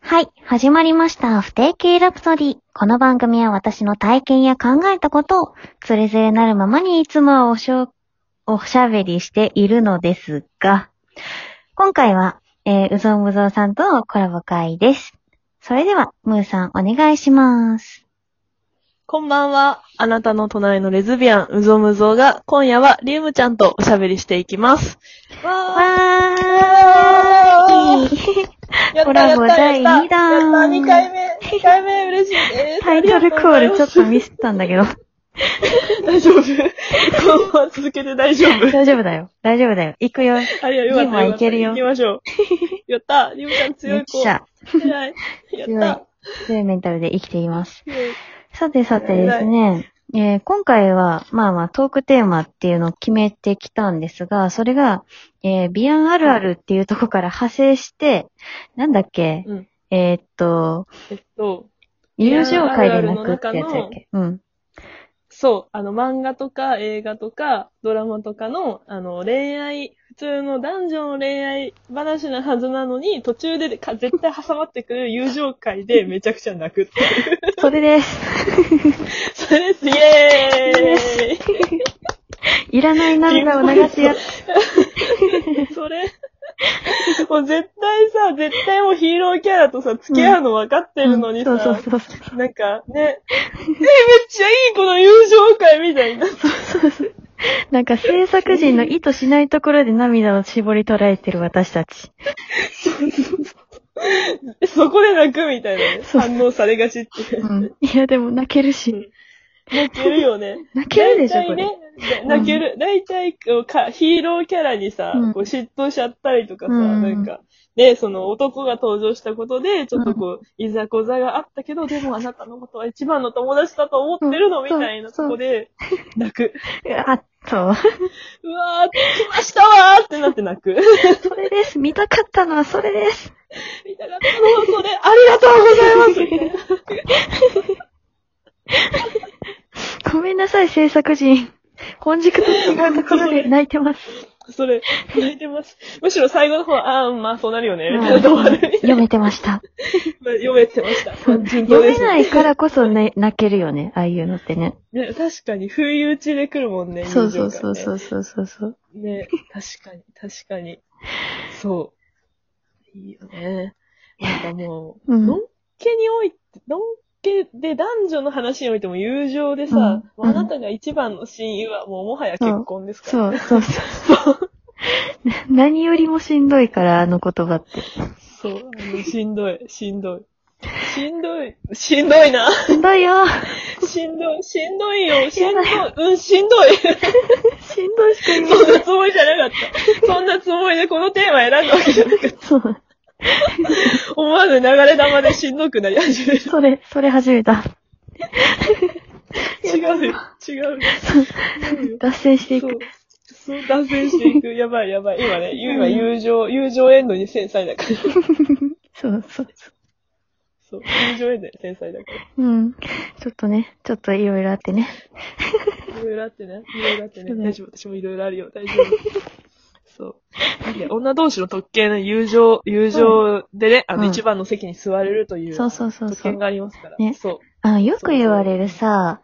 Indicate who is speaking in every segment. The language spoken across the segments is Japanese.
Speaker 1: はい、始まりました。不定期ラプソディ。この番組は私の体験や考えたことを、つれづれなるままにいつもはおしょ、おしゃべりしているのですが、今回は、えーうぞうむぞうさんとのコラボ会です。それでは、ムーさんお願いします。
Speaker 2: こんばんは。あなたの隣のレズビアン、うぞむぞが、今夜はリウムちゃんとおしゃべりしていきます。わ
Speaker 1: わー
Speaker 2: ー
Speaker 1: い
Speaker 2: ーやっ
Speaker 1: コ
Speaker 2: た
Speaker 1: ラ
Speaker 2: やっ
Speaker 1: ボ
Speaker 2: たや
Speaker 1: 第
Speaker 2: った
Speaker 1: 2弾
Speaker 2: やった !2 回目 !2 回目嬉しいです
Speaker 1: タイトルコールちょっとミスったんだ けど。
Speaker 2: 大丈夫このまま続けて大丈 夫
Speaker 1: 大丈夫だよ。大丈夫だよ。行くよ。
Speaker 2: あ、いや、よかった。
Speaker 1: リウムはいけるよ
Speaker 2: 行きましょう。やったリウムちゃん強
Speaker 1: めっ
Speaker 2: い子。
Speaker 1: ちゃ
Speaker 2: 偉い。やった。
Speaker 1: 強いメンタルで生きています。
Speaker 2: イエイ
Speaker 1: さてさてですね、えー今回は、まあまあトークテーマっていうのを決めてきたんですが、それが、えービアンあるあるっていうとこから派生して、なんだっけ、
Speaker 2: うん
Speaker 1: えーっと、
Speaker 2: えっと、
Speaker 1: 友情会で泣くってやつだっけうん。
Speaker 2: そう、あの、漫画とか映画とかドラマとかの、あの、恋愛、普通の男女の恋愛話なはずなのに、途中でか絶対挟まってくる友情会でめちゃくちゃ 泣くっていう。
Speaker 1: それです。
Speaker 2: それです、イエー
Speaker 1: いらない涙を流すやつ。
Speaker 2: イそれ、もう絶対さ、絶対もうヒーローキャラとさ、付き合うの分かってるのにさ、
Speaker 1: うんそうそうそう。
Speaker 2: なんかね、え、めっちゃいいこの友情会みたいな。
Speaker 1: なんか制作人の意図しないところで涙を絞り捉えてる私たち。
Speaker 2: そこで泣くみたいなね、
Speaker 1: そう
Speaker 2: 反応されがちっていう。
Speaker 1: うん。いやでも泣けるし。
Speaker 2: 泣けるよね。
Speaker 1: 泣けるでしょ、
Speaker 2: 大
Speaker 1: これ。
Speaker 2: 体ね、な泣ける。大体こうか、ヒーローキャラにさ、
Speaker 1: うん
Speaker 2: こう嫉妬しちゃったりとかさ、
Speaker 1: うん
Speaker 2: なんか、で、その男が登場したことで、ちょっとこう、いざこざがあったけど、でもあなたのことは一番の友達だと思ってるの、
Speaker 1: うん
Speaker 2: み
Speaker 1: そう
Speaker 2: たいな
Speaker 1: そう
Speaker 2: とこ で、泣く。
Speaker 1: あ、そう。
Speaker 2: うわー、来ましたわーってなって泣く。
Speaker 1: それです。見たかったのはそれです。
Speaker 2: みたいなところで、ありがとうございますみたいな
Speaker 1: ごめんなさい、制作人。本軸と違うところで泣いてます。
Speaker 2: それ、泣いてます。むしろ最後の方、あー、まあそうなるよね、みたいなところで
Speaker 1: 読めてました。
Speaker 2: 読めてました。
Speaker 1: 読
Speaker 2: 順当で
Speaker 1: め
Speaker 2: す
Speaker 1: ないからこそ、ね、泣けるよね、ああいうのってね。
Speaker 2: ね、確かに、不意打ちで来るもんね。。
Speaker 1: そうそうそうそううそうそうそう。
Speaker 2: ね、確かに、確かに。そう。いいよね。なんかもう、
Speaker 1: うん
Speaker 2: のんけにおいて、のんけで男女の話においても友情でさ、
Speaker 1: うん
Speaker 2: もう
Speaker 1: うん
Speaker 2: あなたが一番の親友はもうもはや結婚ですから。
Speaker 1: そうそうそう。 な何よりもしんどいから、あの言葉って。
Speaker 2: そう。あのしんどい、しんどい。しんどい、しんどいな。
Speaker 1: しんどいよ
Speaker 2: しんどい、しんどいよ。しんどい、うん、しんどい。
Speaker 1: しんどいしか言え
Speaker 2: そんなつもりじゃなかった。そんなつもりでこのテーマ選んだわけじゃなかった。
Speaker 1: そう。
Speaker 2: 思わぬ流れ玉でしんどくなり始める。
Speaker 1: それ、それ始めた。
Speaker 2: 違うよ。違うよ。
Speaker 1: 脱線してい
Speaker 2: そう
Speaker 1: く。。
Speaker 2: そう、脱線していく。 やばいやばい。今ね、今友情、友情エンドに繊細だから。
Speaker 1: そうそうそ
Speaker 2: そう、友情エンドに繊細だか
Speaker 1: う。うん。ちょっとね、ちょっといろいろあってね。
Speaker 2: ら。いろいろあってね。いろいろあって
Speaker 1: そ
Speaker 2: ね
Speaker 1: う。だよ
Speaker 2: 大丈夫。私もいろいろあるよ。大丈夫。そう。で女同士の特権の友情、友情でね、あ
Speaker 1: う
Speaker 2: の、
Speaker 1: ん
Speaker 2: 一番の席に座れるという、
Speaker 1: そうそうそうそう
Speaker 2: 特権がありますから。
Speaker 1: ね
Speaker 2: そう。
Speaker 1: あの、よく言われるさ、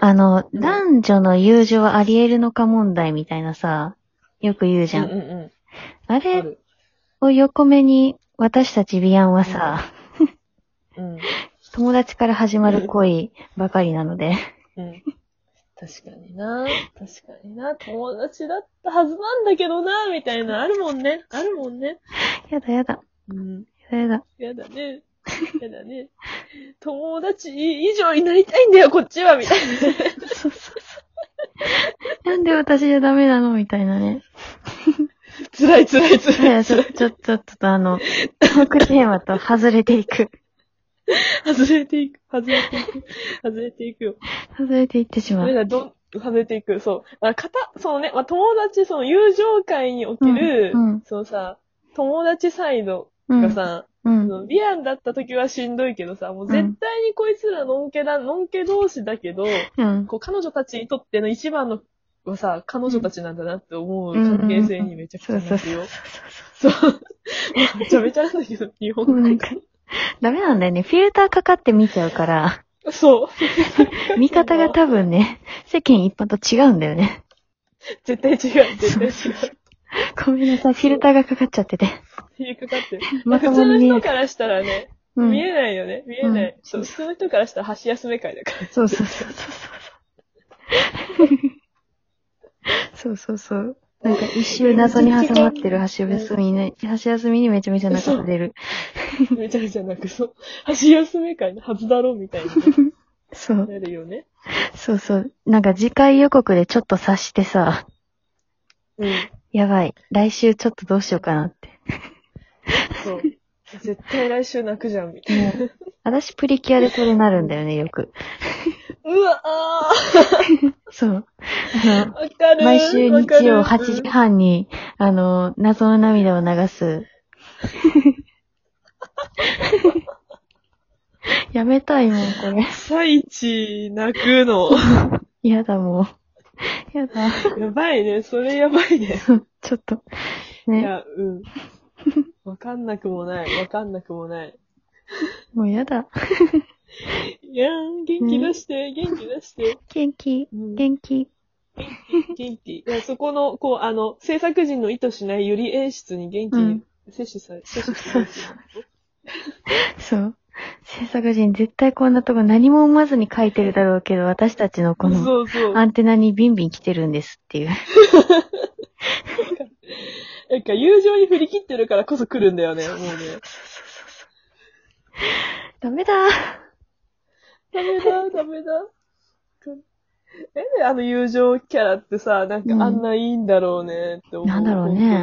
Speaker 1: あの、
Speaker 2: うん
Speaker 1: 男女の友情はあり得るのか問題みたいなさ、よく言うじゃん。
Speaker 2: うんうんうん。
Speaker 1: あ
Speaker 2: あ
Speaker 1: れ
Speaker 2: る。
Speaker 1: を横目に、私たちビアンはさ、
Speaker 2: うん。
Speaker 1: 友達から始まる恋ばかりなので。
Speaker 2: うん確かにな確かにな友達だったはずなんだけどなみたいな、あるもんね。あるもんね。
Speaker 1: やだやだ、
Speaker 2: うん。
Speaker 1: やだやだ。
Speaker 2: やだね。やだね。友達以上になりたいんだよ、こっちは、みたいな。
Speaker 1: そうそうそう。なんで私じゃダメなのみたいなね。
Speaker 2: 辛い辛い
Speaker 1: い
Speaker 2: 辛
Speaker 1: や、
Speaker 2: い。
Speaker 1: ちょ、ちょ、ちょっとあの、トークテーマと外れてい く。
Speaker 2: 外れていく。外れていく。外れていくよ。
Speaker 1: 外れていってしま
Speaker 2: ごめん
Speaker 1: う。
Speaker 2: なさい、どん、外れていく。そう。まあ、かた、そのね、まあ、友達、その友情界における、
Speaker 1: うんうん
Speaker 2: そのさ、友達サイド
Speaker 1: う
Speaker 2: が
Speaker 1: ん。
Speaker 2: さ、
Speaker 1: う
Speaker 2: そ
Speaker 1: ん。
Speaker 2: のビアンだった時はしんどいけどさ、もう絶対にこいつらのんけだ、のんけ同士だけど、
Speaker 1: うん。
Speaker 2: こう彼女たちにとっての一番のはさ、彼女たちなんだなって思う
Speaker 1: うん
Speaker 2: 関係性にめちゃくち
Speaker 1: そ
Speaker 2: ゃ
Speaker 1: うそう
Speaker 2: なる
Speaker 1: そうそう
Speaker 2: よ。そう。めちゃめちゃなんだけど、日本
Speaker 1: もうなん
Speaker 2: 語
Speaker 1: か。ダメなんだよね。フィルターかかって見ちゃう から、
Speaker 2: そう。
Speaker 1: 見方が多分ね、世間一般と違うんだよ ね。
Speaker 2: 絶対違う、絶対違
Speaker 1: そう
Speaker 2: う。
Speaker 1: ごめんなさい、フィルターがかかっちゃってて。
Speaker 2: 引っかかってる。
Speaker 1: まとも
Speaker 2: 普通の
Speaker 1: に見える。
Speaker 2: 人からしたらね、
Speaker 1: うん
Speaker 2: 見えないよね。見えない。
Speaker 1: うん
Speaker 2: そう、普通の人からしたら箸休め会だから。
Speaker 1: そうそうそうそうそう。そうそうそう。なんか一周謎に挟まってる箸休みね、箸休みにめちゃめちゃ仲が出る。
Speaker 2: めちゃめちゃなくそう。箸休め会のはずだろ、みたいに
Speaker 1: そう、
Speaker 2: なるよね。
Speaker 1: そうそう。なんか次回予告でちょっと察してさ、
Speaker 2: うん。
Speaker 1: やばい。来週ちょっとどうしようかなって。
Speaker 2: そう。絶対来週泣くじゃん、みたいな。
Speaker 1: も う、私プリキュアでこれなるんだよね、よく。
Speaker 2: うわ、あ
Speaker 1: そう。あ
Speaker 2: ー、わか
Speaker 1: の、
Speaker 2: る。
Speaker 1: 毎週
Speaker 2: わか
Speaker 1: 日
Speaker 2: る
Speaker 1: 曜8時半に、あの、謎の涙を流す。 やめたいもん、これ。
Speaker 2: 朝一泣くの。
Speaker 1: やだもう。やだ。
Speaker 2: やばいね。それやばいね。
Speaker 1: そうちょっと。
Speaker 2: い
Speaker 1: ね。
Speaker 2: や、うん。わかんなくもない。わかんなくもない。
Speaker 1: もうやだ。
Speaker 2: いやー、元気出して、元気出して。
Speaker 1: 元気。
Speaker 2: うん
Speaker 1: 元気。
Speaker 2: 元気。いや、そこの、こう、あの、制作人の意図しないゆり演出に元気
Speaker 1: うん
Speaker 2: に摂取され、摂取されてる
Speaker 1: そう。制作人絶対こんなとこ何も思わずに書いてるだろうけど、私たちの この
Speaker 2: そうそう。な
Speaker 1: ア
Speaker 2: ん
Speaker 1: ンテナにビンビン来てるんですっていう。
Speaker 2: か、友情に振り切ってるからこそ来るんだよね、もうね。
Speaker 1: ダメだ。
Speaker 2: ダメだ、 ダメだ。え、あの友情キャラってさ、なんか
Speaker 1: うん
Speaker 2: あんないいんだろうねって思う。
Speaker 1: なんだろうね
Speaker 2: 本当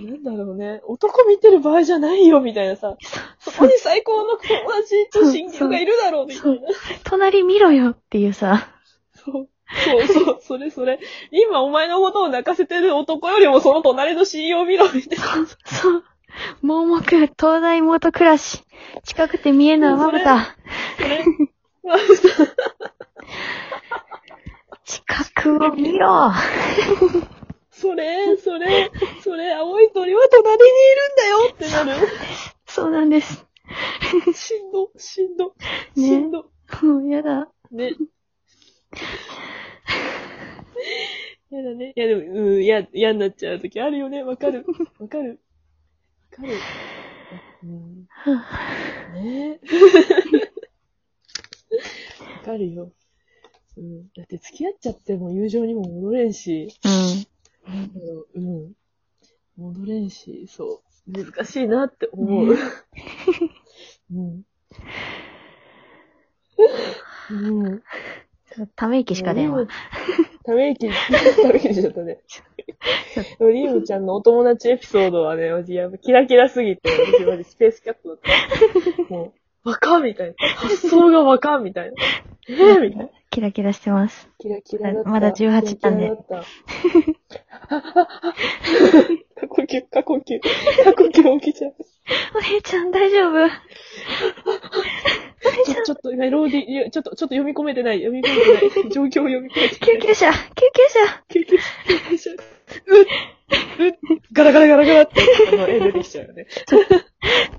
Speaker 2: に。なんだろうね。男見てる場合じゃないよ、みたいなさ。そこに最高の友達と親友がいるだろう、みたいな。
Speaker 1: 隣見ろよっていうさ。
Speaker 2: そう。そうそう、それそれ。今お前のことを泣かせてる男よりもその隣の親友見ろ、みたいな。
Speaker 1: そう。盲目、東大元暮らし。近くて見えぬまぶた。
Speaker 2: それ。
Speaker 1: 近くを見ろ。
Speaker 2: それ、それ、それ、青い鳥は隣にいるんだよってなる。
Speaker 1: そうなんです。
Speaker 2: しんど、しんど、
Speaker 1: ね
Speaker 2: しんど。
Speaker 1: もうやだ。
Speaker 2: ね。やだね。いやでも、うん、や、嫌になっちゃうときあるよね。わかる。わかる。わかる。うん、ねえ。わかるよ。うん。だって付き合っちゃっても友情にも戻れんし、
Speaker 1: うん。
Speaker 2: うん。戻れんし、そう。難しいなって思う。うん。うん。
Speaker 1: ちょっとため息しか出んわ。
Speaker 2: ため息、ため息しちゃったね。でもリームちゃんのお友達エピソードはね、マジやばいキラキラすぎて、私マジスペースキャットだった。もう、若みたいな。発想が若みたいな。えー、みたいな。
Speaker 1: キラキラしてます。
Speaker 2: キラキラだった。
Speaker 1: まだ18なんで
Speaker 2: キラキラだ った。過呼吸、過呼吸。過呼吸起きちゃう。
Speaker 1: お姉ちゃん大丈夫
Speaker 2: ち ょちょっと、今、ローディ、ちょっと、ちょっと読み込めてない。読み込めて ない。状況を読み込めてない
Speaker 1: 救。急車救急車
Speaker 2: 救急車、うっ、うっ、ガラガラガラガラって、あの、絵出てきちゃうよね。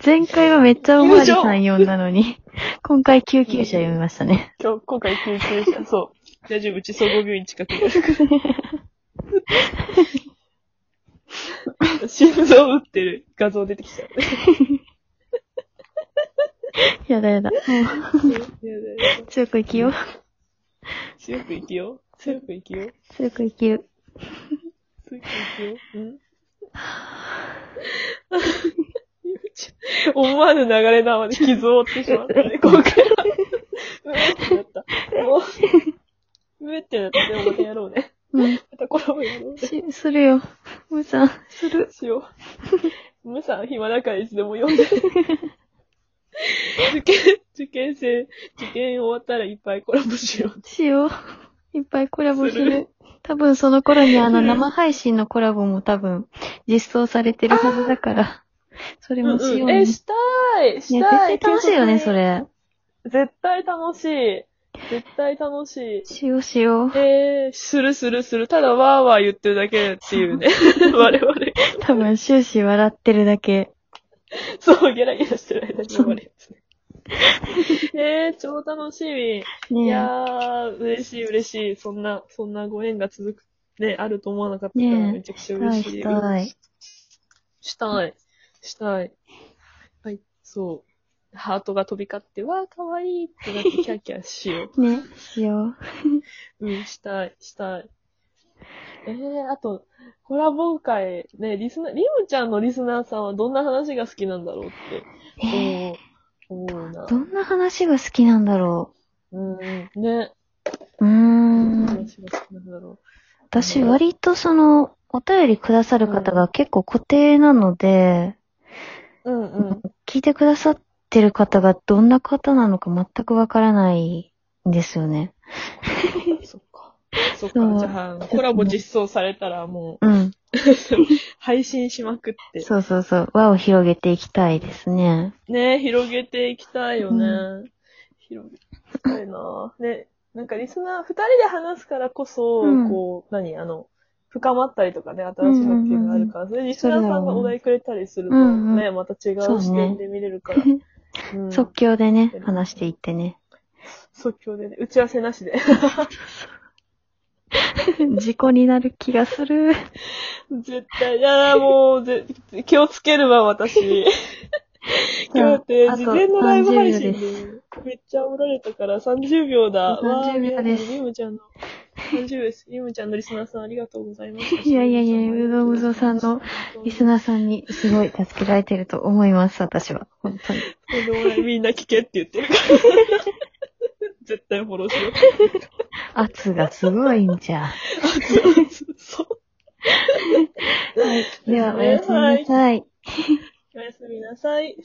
Speaker 1: 前回はめっちゃおまわりさん呼んだのに、今回救急車呼びましたね。
Speaker 2: 今日、今回救急車、そう。大丈夫、うち総合病 院近くにあ るから。心臓打ってる画像出て きちゃう。
Speaker 1: やだやだ。もう、
Speaker 2: やだやだ
Speaker 1: 強く生きよう。
Speaker 2: 強く生きよう。強く生きよう。
Speaker 1: 強く生きる。
Speaker 2: 強く生きよう。うん。ゆうちゃん 思わぬ流れなまで傷を負ってしまった ね、今回は。うえってな った。もう、うえってなった。でもまたやろうね。
Speaker 1: うん。
Speaker 2: またコラボやろうね。
Speaker 1: しするよ。むーさん、する。
Speaker 2: しよう。むさん暇だからいつでも 読んで。受験、受験生、受験終わったらいっぱいコラボしよう。
Speaker 1: しよう。いっぱいコラボす
Speaker 2: す
Speaker 1: る
Speaker 2: る。
Speaker 1: 多分その頃にあの
Speaker 2: うん
Speaker 1: 生配信のコラボも多分実装されてるはずだから、それもしようね。
Speaker 2: え、したいし
Speaker 1: ね
Speaker 2: たい
Speaker 1: 絶対楽しいよね、そ。
Speaker 2: 継
Speaker 1: れ。
Speaker 2: 続絶対楽しい。絶対楽しい。
Speaker 1: しようしよう。
Speaker 2: えー、するするする。ただわー わー言ってるだけっていうね。我々。
Speaker 1: 多分終始笑ってるだけ。
Speaker 2: そう、ゲラゲラしてる間に終わるやつね。えー、超楽しみ。い
Speaker 1: ね
Speaker 2: やー、嬉しい嬉しい。そんな、そんなご縁が続く、ね、あると思わなかったから、
Speaker 1: ねえ
Speaker 2: めちゃくちゃ
Speaker 1: え。
Speaker 2: 嬉
Speaker 1: し
Speaker 2: しい。
Speaker 1: たい。
Speaker 2: したい。したい。はい、そう。ハートが飛び交って、わー、かわいいってなってキャーキャーしよ
Speaker 1: ね、しよう。
Speaker 2: う。うん、したい、したい。えー、あと、コラボ会、ね、リスナー、リムちゃんのリスナーさんはどんな話が好きなんだろうって
Speaker 1: ねえ
Speaker 2: 思う、思うな。
Speaker 1: どんな話が好きなんだろ
Speaker 2: うん、ね、
Speaker 1: う。うー。
Speaker 2: どんなん話が好きなんだろ
Speaker 1: 私割とその、お便りくださる方が結構固定なので、
Speaker 2: う。うん うん。
Speaker 1: 聞いてくださってる方がどんな方なのか全くわからないんですよね。
Speaker 2: そっか。そっ
Speaker 1: そ
Speaker 2: か。
Speaker 1: う
Speaker 2: じゃあ、コラボ実装されたらも
Speaker 1: うん。
Speaker 2: う、配信しまくって。
Speaker 1: そうそうそう。輪を広げていきたいですね。
Speaker 2: ね広げていきたいよね。
Speaker 1: う
Speaker 2: 広げていきたいなね、なんかリスナー、二人で話すからこそ、
Speaker 1: うん
Speaker 2: こう、何あの、深まったりとかね、新しい発見があるから、それでリスナーさんがお題くれたりすると
Speaker 1: うんうん
Speaker 2: ね、また違う視点で見れるから。うん
Speaker 1: 即興でね、話していってね。
Speaker 2: 即興でね、打ち合わせなしで。
Speaker 1: 事故になる気がする。
Speaker 2: 絶対、いやーもうぜ、気をつけるわ、私。今日って、
Speaker 1: あと
Speaker 2: 事前のライブ配信
Speaker 1: 30秒で
Speaker 2: で、めっちゃおられたから30秒だ。
Speaker 1: 30
Speaker 2: わー
Speaker 1: 秒です
Speaker 2: リムちゃんの、30秒です。リムちゃんのリスナーさんありがとうございます。
Speaker 1: いやいやいやうどんぶぞうさんのリスナーさんにすごい助けられてると思います、私は。本当に。
Speaker 2: ー。 とんでもないみんな聞けって言 ってるから。絶対フォローしよう。
Speaker 1: 圧がすごいんじ ゃ。
Speaker 2: そう。
Speaker 1: では、おやすみなさい。
Speaker 2: おやすみなさい。